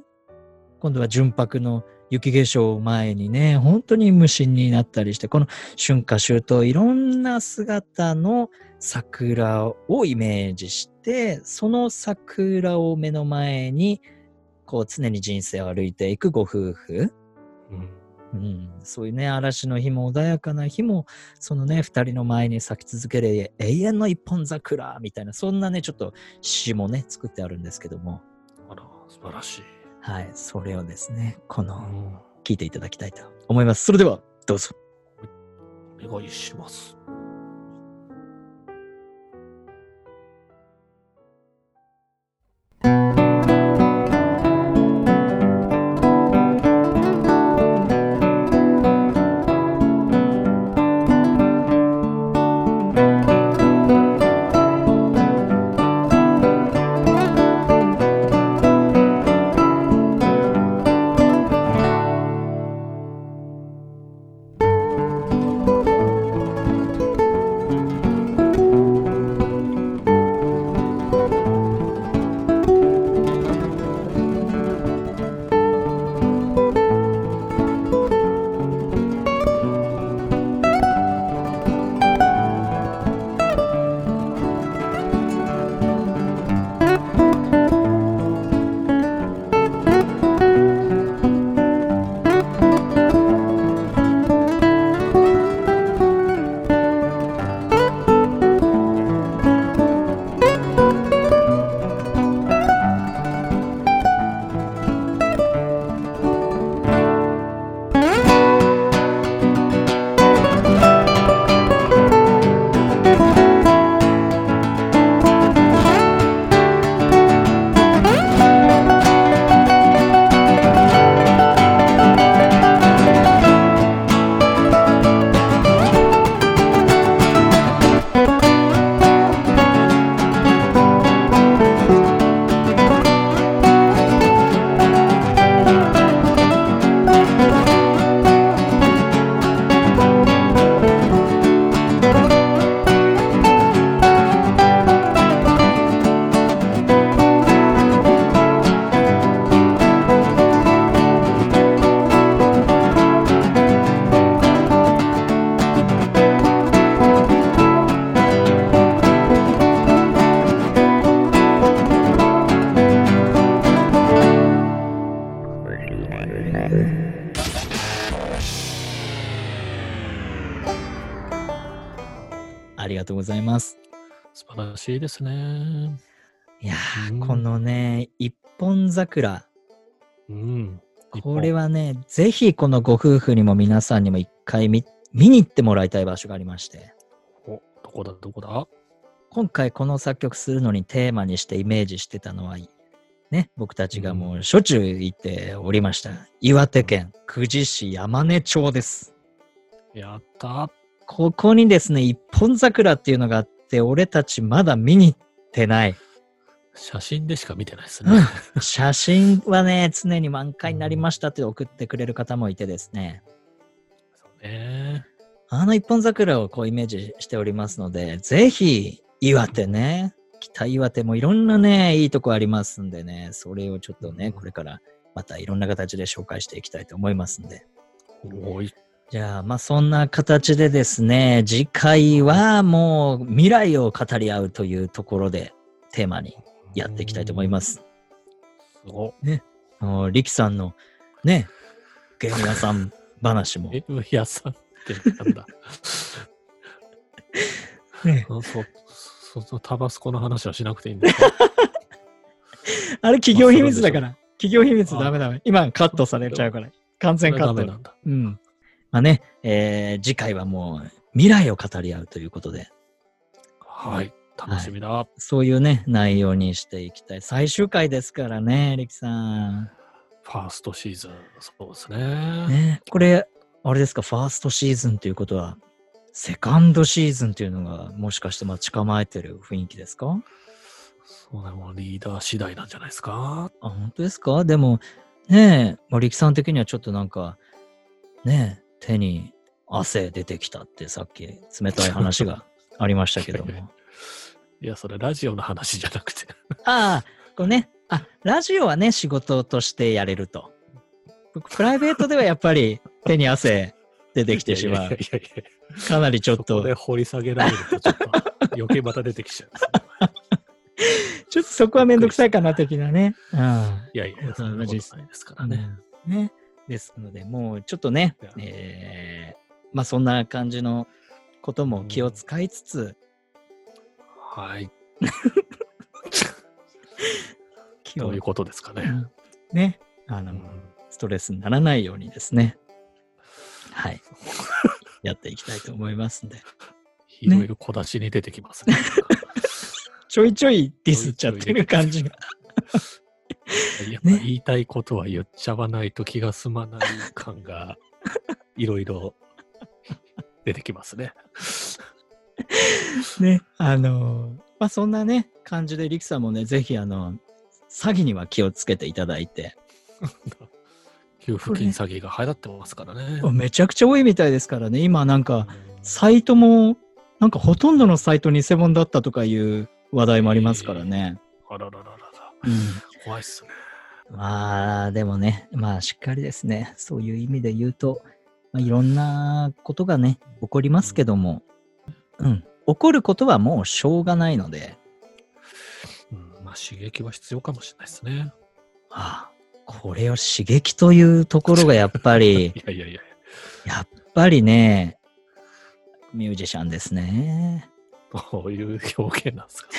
[SPEAKER 1] 今度は純白の雪化粧を前にね、本当に無心になったりして、この春夏秋冬いろんな姿の桜をイメージして、その桜を目の前に、こう常に人生を歩いていくご夫婦。
[SPEAKER 2] うん
[SPEAKER 1] うん、そういうね、嵐の日も穏やかな日も、そのね、二人の前に咲き続ける永遠の一本桜みたいな、そんなね、ちょっと詩もね、作ってあるんですけども、
[SPEAKER 2] あら、素晴らしい。
[SPEAKER 1] はい、それをですね、こ
[SPEAKER 2] う
[SPEAKER 1] の、
[SPEAKER 2] ん。
[SPEAKER 1] 聞いていただきたいと思います。それでは、どうぞ。
[SPEAKER 2] お願いします。
[SPEAKER 1] ありがとうございます。
[SPEAKER 2] 素晴らしいですね。
[SPEAKER 1] いやー、
[SPEAKER 2] うん
[SPEAKER 1] このね、一本桜、
[SPEAKER 2] うん。
[SPEAKER 1] これはね、ぜひこのご夫婦にも皆さんにも一回見見に行ってもらいたい場所がありまして、
[SPEAKER 2] お。どこだどこだ
[SPEAKER 1] 今回この作曲するのにテーマにしてイメージしてたのは、ね、僕たちがもうしょっちゅう行っておりました。岩手県久慈市山根町です。
[SPEAKER 2] やったー。
[SPEAKER 1] ここにですね、一本桜っていうのがあって、俺たちまだ見に行ってない。
[SPEAKER 2] 写真でしか見てないです
[SPEAKER 1] う
[SPEAKER 2] ね
[SPEAKER 1] ん。写真はね、常に満開になりましたって送ってくれる方もいてですね、
[SPEAKER 2] そうね。
[SPEAKER 1] あの一本桜をこうイメージしておりますので、ぜひ、岩手ね、北岩手もいろんなね、いいとこありますんでね、それをちょっとね、これからまたいろんな形で紹介していきたいと思いますんで。
[SPEAKER 2] おい。
[SPEAKER 1] じゃあ、まあそんな形でですね、次回はもう未来を語り合うというところでテーマにやっていきたいと思います。
[SPEAKER 2] す。すごっ。
[SPEAKER 1] あのリキさんのね、ゲーム屋さん話も。
[SPEAKER 2] ゲーム屋さんってなんだ。
[SPEAKER 1] ね
[SPEAKER 2] あそ、そ、そ、タバスコの話はしなくていいんだか
[SPEAKER 1] あれ企業秘密だから。企業秘密ダメダメ。今カットされちゃうから。完 全カッ
[SPEAKER 2] ダメ
[SPEAKER 1] ト
[SPEAKER 2] な。んだ。
[SPEAKER 1] うん。まあね、えー次回はもう未来を語り合うということで、
[SPEAKER 2] はい。楽しみだ。
[SPEAKER 1] そういうね、内容にしていきたい。最終回ですからね、リキさん。
[SPEAKER 2] ファーストシーズン、そうですね。
[SPEAKER 1] ね、これ、あれですか、ファーストシーズンということは、セカンドシーズンというのが、もしかして待ち構えてる雰囲気ですか
[SPEAKER 2] そうね、もうリーダー次第なんじゃないですか。
[SPEAKER 1] あ、本当ですかでも、ねえ、まあ、力さん的にはちょっとなんか、ねえ、手に汗出てきたってさっき冷たい話 がありましたけど
[SPEAKER 2] いやい
[SPEAKER 1] も
[SPEAKER 2] や。いや、それラジオの話じゃなくて。
[SPEAKER 1] ああ、こうね、あ、ラジオはね、仕事としてやれると。僕、プライベートではやっぱり手に汗出てきてしま
[SPEAKER 2] いやいうや。いやいや
[SPEAKER 1] かなりちょっ
[SPEAKER 2] そことで、掘り下げられると、ちょっと余計また出てきち ゃうんですね。
[SPEAKER 1] ちょっとそこはめんどくさいかな的なね。うん。
[SPEAKER 2] いやいや、そんなことないですからね。
[SPEAKER 1] うんね。ですので、もうちょっとね
[SPEAKER 2] いや、
[SPEAKER 1] えーまあそんな感じのことも気を使いつつ、
[SPEAKER 2] はい。
[SPEAKER 1] 気
[SPEAKER 2] ど
[SPEAKER 1] を
[SPEAKER 2] ういうことですか
[SPEAKER 1] う
[SPEAKER 2] ね。
[SPEAKER 1] んね、あ
[SPEAKER 2] う
[SPEAKER 1] の、
[SPEAKER 2] ん
[SPEAKER 1] ストレスにならないようにですね、 はい、やっていきたいと思いますんで、
[SPEAKER 2] いろいろ小出しに出てきますね。
[SPEAKER 1] ちょいちょいディスっちゃってる感じが。
[SPEAKER 2] やっぱ言いたいことは言っちゃわないと気が済まない感が、いろいろ出てきま すね。
[SPEAKER 1] ね、あのーまあそんなね、感じで、リクさんもね、ぜひ、あの、詐欺には気をつけていただいて、
[SPEAKER 2] 給付金詐欺が流行ってますからね。
[SPEAKER 1] めちゃくちゃ多いみたいですからね、今なんか、サイトも、なんかほとんどのサイト偽物だったとかいう話題もありますからね。
[SPEAKER 2] あらららららら。
[SPEAKER 1] うん
[SPEAKER 2] 怖いっすね。
[SPEAKER 1] まあ、でもね、まあしっかりですね、そういう意味で言うと、まあ、いろんなことがね、起こりますけども、うん、起こることはもうしょうがないので、
[SPEAKER 2] うん、まあ刺激は必要かもしれないですね。
[SPEAKER 1] ああこれを刺激というところがやっぱ り、
[SPEAKER 2] いやいやいや。
[SPEAKER 1] やっぱりね、ミュージシャンですね。
[SPEAKER 2] どういう表現なんですか。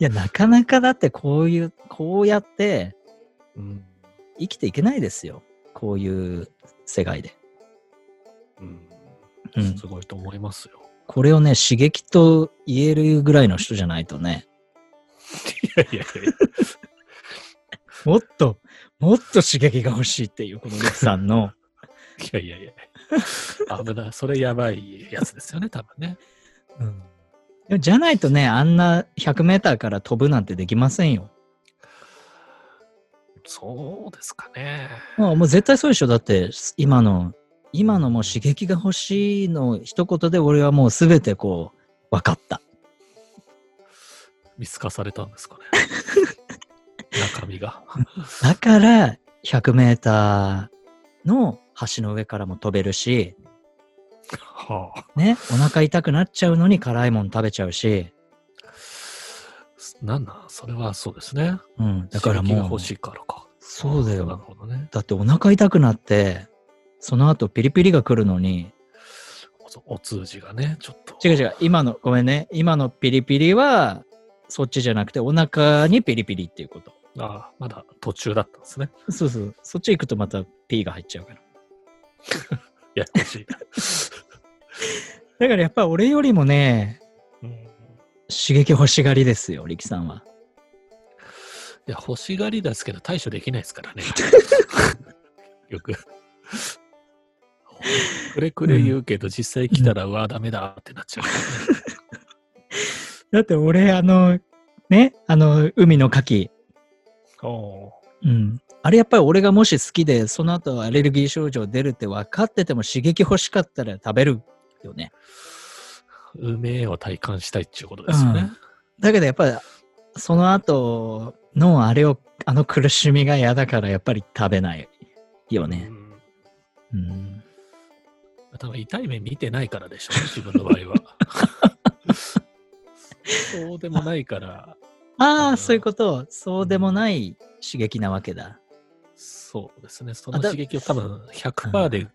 [SPEAKER 1] いや、なかなかだってこういう、こうやって
[SPEAKER 2] うん。
[SPEAKER 1] 生きていけないですよ。こういう世界で。う
[SPEAKER 2] うんん。すごいと思いますよ。
[SPEAKER 1] これをね、刺激と言えるぐらいの人じゃないとね、
[SPEAKER 2] いやいやいや。
[SPEAKER 1] もっと、もっと刺激が欲しいっていう、このリクさんの。
[SPEAKER 2] いやいやいや。危ない。それやばいやつですよね、多分ね。
[SPEAKER 1] うんでもじゃないとね、あんな100メーターから飛ぶなんてできませんよ。
[SPEAKER 2] そうですかね。
[SPEAKER 1] もうもう絶対そうでしょ。だって、今の、今のもう刺激が欲しいの一言で俺はもう全てこう、分かった。
[SPEAKER 2] 見透かされたんですかね。 中身が。
[SPEAKER 1] だから、100メーターの橋の上からも飛べるし、
[SPEAKER 2] はあ。
[SPEAKER 1] ね、お腹痛くなっちゃうのに辛いもん食べちゃうし、
[SPEAKER 2] なんなんそれはそうですね。
[SPEAKER 1] うん、だから
[SPEAKER 2] 刺激が
[SPEAKER 1] もう
[SPEAKER 2] 欲、しいからか。
[SPEAKER 1] そうだよ
[SPEAKER 2] なるほどね。
[SPEAKER 1] だってお腹痛くなって、その後ピリピリが来るのに、
[SPEAKER 2] おお通じがね、ちょっと。
[SPEAKER 1] 違う違う、今の、ごめんね、今のピリピリは、そっちじゃなくて、お腹にピリピリっていうこと。
[SPEAKER 2] ああ、まだ途中だったんですね。
[SPEAKER 1] そうそう、そっち行くとまた P が入っちゃうから。
[SPEAKER 2] ややこ しい。
[SPEAKER 1] だからやっぱ俺よりもね、
[SPEAKER 2] うん
[SPEAKER 1] 刺激欲しがりですよ、力さんは。
[SPEAKER 2] いや、欲しがりですけど、対処できないですから ね。よく。くれくれ言うけど、実際来たら、うわ、ダメだってなっちゃうからね。
[SPEAKER 1] だって俺、あの、ね、あの、海の牡蠣。
[SPEAKER 2] お
[SPEAKER 1] うん。あれやっぱり俺がもし好きで、その後アレルギー症状出るって分かってても刺激欲しかったら食べるよね。
[SPEAKER 2] ーうめえを体感したいっていうことですよね。
[SPEAKER 1] だけどやっぱり、その後のあれを、あの苦しみが嫌だからやっぱり食べないよね
[SPEAKER 2] う。ん。
[SPEAKER 1] うん。
[SPEAKER 2] 多分痛い目見てないからでしょうね、自分の場合は。そうでもないから、
[SPEAKER 1] ああ、そういうこと。そうでもない刺激なわけだ。
[SPEAKER 2] そうですね。そ
[SPEAKER 1] あ
[SPEAKER 2] の
[SPEAKER 1] だ
[SPEAKER 2] 刺激を多分100%で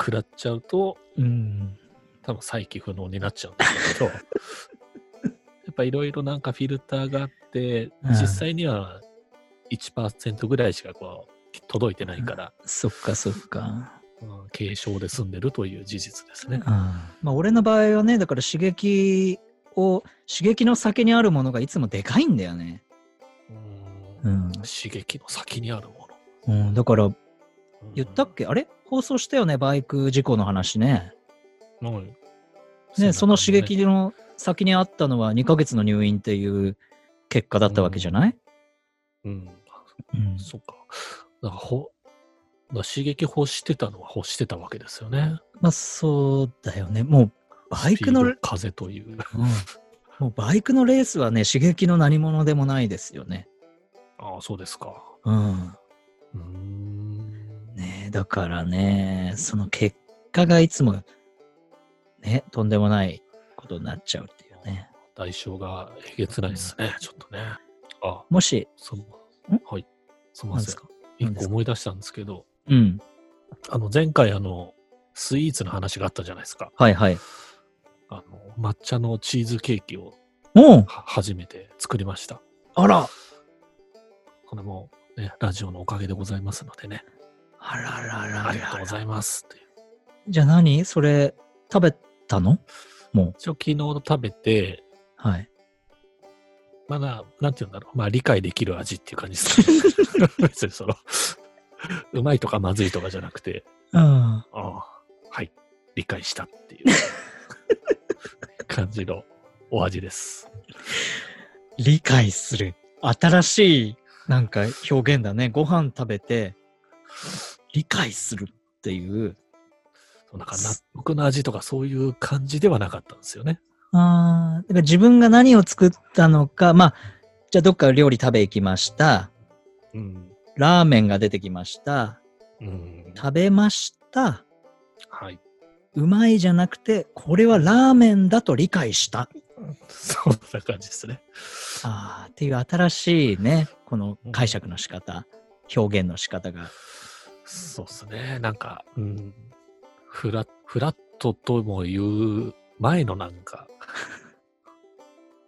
[SPEAKER 2] 食らっちゃうと、
[SPEAKER 1] うん。
[SPEAKER 2] 多分再起不能になっちゃうんですけど、やっぱいろいろなんかフィルターがあって、
[SPEAKER 1] うん
[SPEAKER 2] 実際には1%ぐらいしかこう届いてないから、
[SPEAKER 1] そっかそっか。
[SPEAKER 2] うん軽症で済んでるという事実ですね。
[SPEAKER 1] あまあ、俺の場合はね、だから刺激を、刺激の先にあるものがいつもでかいんだよね。
[SPEAKER 2] う
[SPEAKER 1] うんん。
[SPEAKER 2] 刺激の先にあるもの。
[SPEAKER 1] うん、だから、
[SPEAKER 2] うん
[SPEAKER 1] 言ったっけあれ放送したよね、バイク事故の話ね。
[SPEAKER 2] うん
[SPEAKER 1] ね、その刺
[SPEAKER 2] ね
[SPEAKER 1] 激の先にあったのは2ヶ月の入院っていう結果だったわけじゃない、
[SPEAKER 2] うん、
[SPEAKER 1] うん
[SPEAKER 2] そっか。だからほだから刺激欲してたのは欲してたわけですよね。
[SPEAKER 1] まあ、そうだよね。もう、バイクの、
[SPEAKER 2] ス
[SPEAKER 1] う
[SPEAKER 2] ピー
[SPEAKER 1] ん
[SPEAKER 2] ド風という。
[SPEAKER 1] もうバイクのレースはね、刺激の何者でもないですよね。
[SPEAKER 2] ああ、そうですか。
[SPEAKER 1] うん。
[SPEAKER 2] うーん。
[SPEAKER 1] ねえだからね、その結果がいつも、ね、とんでもないことになっちゃうっていうね。
[SPEAKER 2] 代償がえげつないですね、ちょっとね。あ、
[SPEAKER 1] もし、
[SPEAKER 2] その
[SPEAKER 1] ん
[SPEAKER 2] はい。すみ
[SPEAKER 1] な
[SPEAKER 2] ま
[SPEAKER 1] ん
[SPEAKER 2] せ
[SPEAKER 1] です。
[SPEAKER 2] ん
[SPEAKER 1] か
[SPEAKER 2] 一個思い出したんですけど、
[SPEAKER 1] うん。
[SPEAKER 2] あの、前回、あの、スイーツの話があったじゃないですか。
[SPEAKER 1] はいはい。
[SPEAKER 2] あの、抹茶のチーズケーキを
[SPEAKER 1] おう
[SPEAKER 2] は初めて作りました。
[SPEAKER 1] あら
[SPEAKER 2] これも、ね、ラジオのおかげでございますのでね。
[SPEAKER 1] あららら
[SPEAKER 2] ありがとう
[SPEAKER 1] ら
[SPEAKER 2] ございますっていう。
[SPEAKER 1] じゃあ何それ、食べたのもう。
[SPEAKER 2] 一応、昨日食べて、
[SPEAKER 1] はい。
[SPEAKER 2] まだ、なんて言うんだろう。まあ、理解できる味っていう感じです ね。別にその、うまいとかまずいとかじゃなくて、
[SPEAKER 1] うん。
[SPEAKER 2] ああ、はい、理解したって いう感じのお味です。
[SPEAKER 1] 理解する。新しい、なんか表現だね。ご飯食べて、理解するっていう。
[SPEAKER 2] そうなんか納得の味とかそういう感じではなかったんですよね。
[SPEAKER 1] ああ、だから自分が何を作ったのか、まあ、じゃあどっか料理食べ行きました。
[SPEAKER 2] うん。
[SPEAKER 1] ラーメンが出てきました。
[SPEAKER 2] うん。
[SPEAKER 1] 食べました。
[SPEAKER 2] はい。
[SPEAKER 1] うまいじゃなくて、これはラーメンだと理解した。
[SPEAKER 2] そんな感じですね。
[SPEAKER 1] ああ、っていう新しいね、この解釈の仕方、表現の仕方が。
[SPEAKER 2] そうですね。なんか、うん。フラフラットとも言う前のなんか、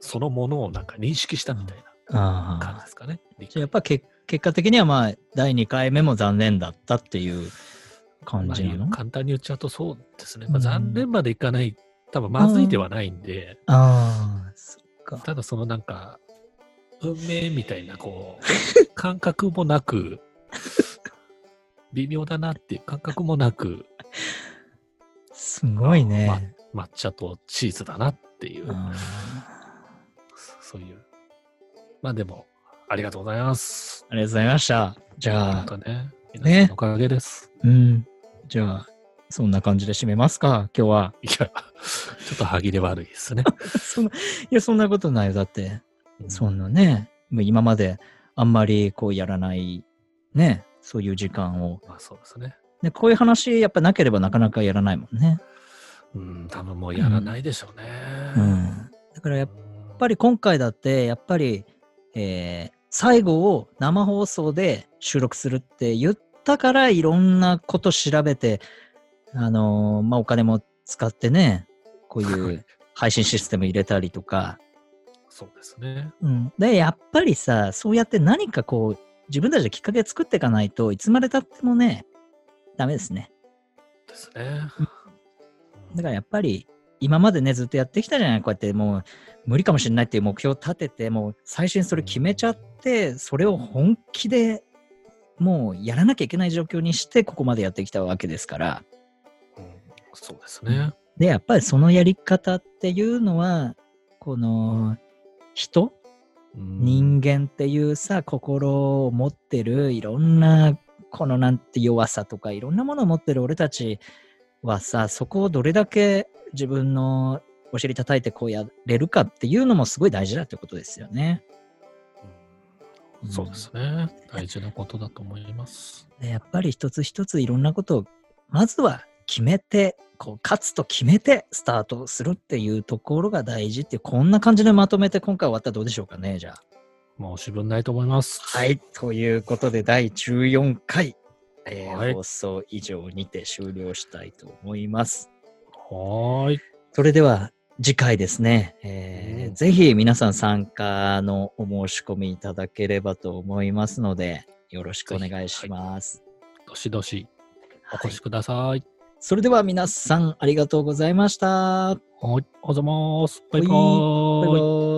[SPEAKER 2] そのものをなんか認識したみたいな感
[SPEAKER 1] あ
[SPEAKER 2] じ
[SPEAKER 1] あ。
[SPEAKER 2] ですかね。理
[SPEAKER 1] じゃあ
[SPEAKER 2] 解
[SPEAKER 1] やっぱけ結果的にはまあ、第2回目も残念だったっていう感じな
[SPEAKER 2] ま
[SPEAKER 1] の
[SPEAKER 2] あ簡単に言っちゃうとそうですね。
[SPEAKER 1] う
[SPEAKER 2] まあ、
[SPEAKER 1] ん
[SPEAKER 2] 残念までいかない、多分まずいではないんで、
[SPEAKER 1] ああ、そっか。
[SPEAKER 2] ただそのなんか、運命みたいな、こ う、感覚もなく、微妙だなっていう感覚もなく、
[SPEAKER 1] すごい
[SPEAKER 2] ま
[SPEAKER 1] ね。
[SPEAKER 2] 抹茶とチーズだなっていう、
[SPEAKER 1] ああ
[SPEAKER 2] そそういう。まあでも、ありがとうございます。
[SPEAKER 1] ありがとうございました。じゃ
[SPEAKER 2] なん
[SPEAKER 1] あ、
[SPEAKER 2] かね、皆
[SPEAKER 1] ね
[SPEAKER 2] さんのおかげです。
[SPEAKER 1] うん。じゃあ、そんな感じで締めますか、今日は。
[SPEAKER 2] いや、ちょっと歯切れ悪いで すね。
[SPEAKER 1] そんないや、そんなことないよ。だって、そ
[SPEAKER 2] うん
[SPEAKER 1] なね、もう今まであんまりこうやらない、ね、そういう時間を。
[SPEAKER 2] まあそうですね。
[SPEAKER 1] ね、こういう話、やっぱなければなかなかやらないもんね。
[SPEAKER 2] うん、多分もうやらないでしょうね。
[SPEAKER 1] うん。だからやっ
[SPEAKER 2] っ
[SPEAKER 1] ぱ
[SPEAKER 2] り、
[SPEAKER 1] り今回だって、やっぱり、えー最後を生放送で収録するって言ったから、いろんなこと調べて、あのーまあ、お金も使ってね、こういう配信システム入れたりとか、
[SPEAKER 2] そうですね。
[SPEAKER 1] うん、でやっぱりさそうやって何かこう自分たちできっかけ作っていかないといつまでたってもねダメですね
[SPEAKER 2] ですね。
[SPEAKER 1] だからやっぱり今までねずっとやってきたじゃないこうやってもう無理かもしれないっていう目標を立ててもう最初にそれ決めちゃってそれを本気でもうやらなきゃいけない状況にしてここまでやってきたわけですから
[SPEAKER 2] うんそうですね。
[SPEAKER 1] でやっぱりそのやり方っていうのはこの人人間っていうさ心を持ってるいろんなこのなんて弱さとかいろんなものを持ってる俺たちはさそこをどれだけ自分のお尻叩いてこうやれるかっていうのもすごい大事だってことですよね。
[SPEAKER 2] うんそうですね。大事なことだと思います。
[SPEAKER 1] でやっぱり一つ一ついろんなことをまずは決めてこう勝つと決めてスタートするっていうところが大事っていうこんな感じでまとめて今回終わったらどうでしょうかねじゃあ。
[SPEAKER 2] 申し分ないと思います。
[SPEAKER 1] は。い。ということで、第14回、えー
[SPEAKER 2] はい
[SPEAKER 1] 放送以上にて終了したいと思います。
[SPEAKER 2] はーい。
[SPEAKER 1] それでは、次回ですね、えー
[SPEAKER 2] うん
[SPEAKER 1] ぜひ皆さん参加のお申し込みいただければと思いますので、よろしくお願いします。
[SPEAKER 2] どしどしお
[SPEAKER 1] はい
[SPEAKER 2] 越しください。
[SPEAKER 1] それでは皆さんありがとうございました。
[SPEAKER 2] はい。おはようございます。バイバ
[SPEAKER 1] はいバイバ
[SPEAKER 2] ーイ。
[SPEAKER 1] イ。